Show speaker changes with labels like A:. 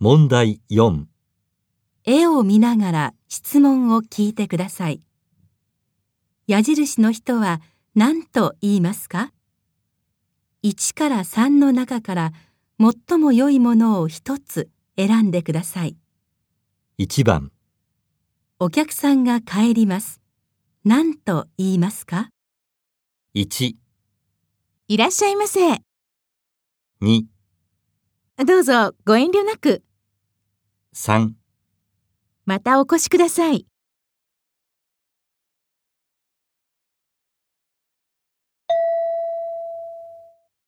A: 問題4、
B: 絵を見ながら質問を聞いてください。矢印の人は何と言いますか ?1 から3の中から最も良いものを一つ選んでください。
A: 1番、
B: お客さんが帰ります。何と言いますか
A: 1、
B: いらっしゃいませ。
A: 2、
B: どうぞご遠慮なく、
A: 3。
B: またお越しください。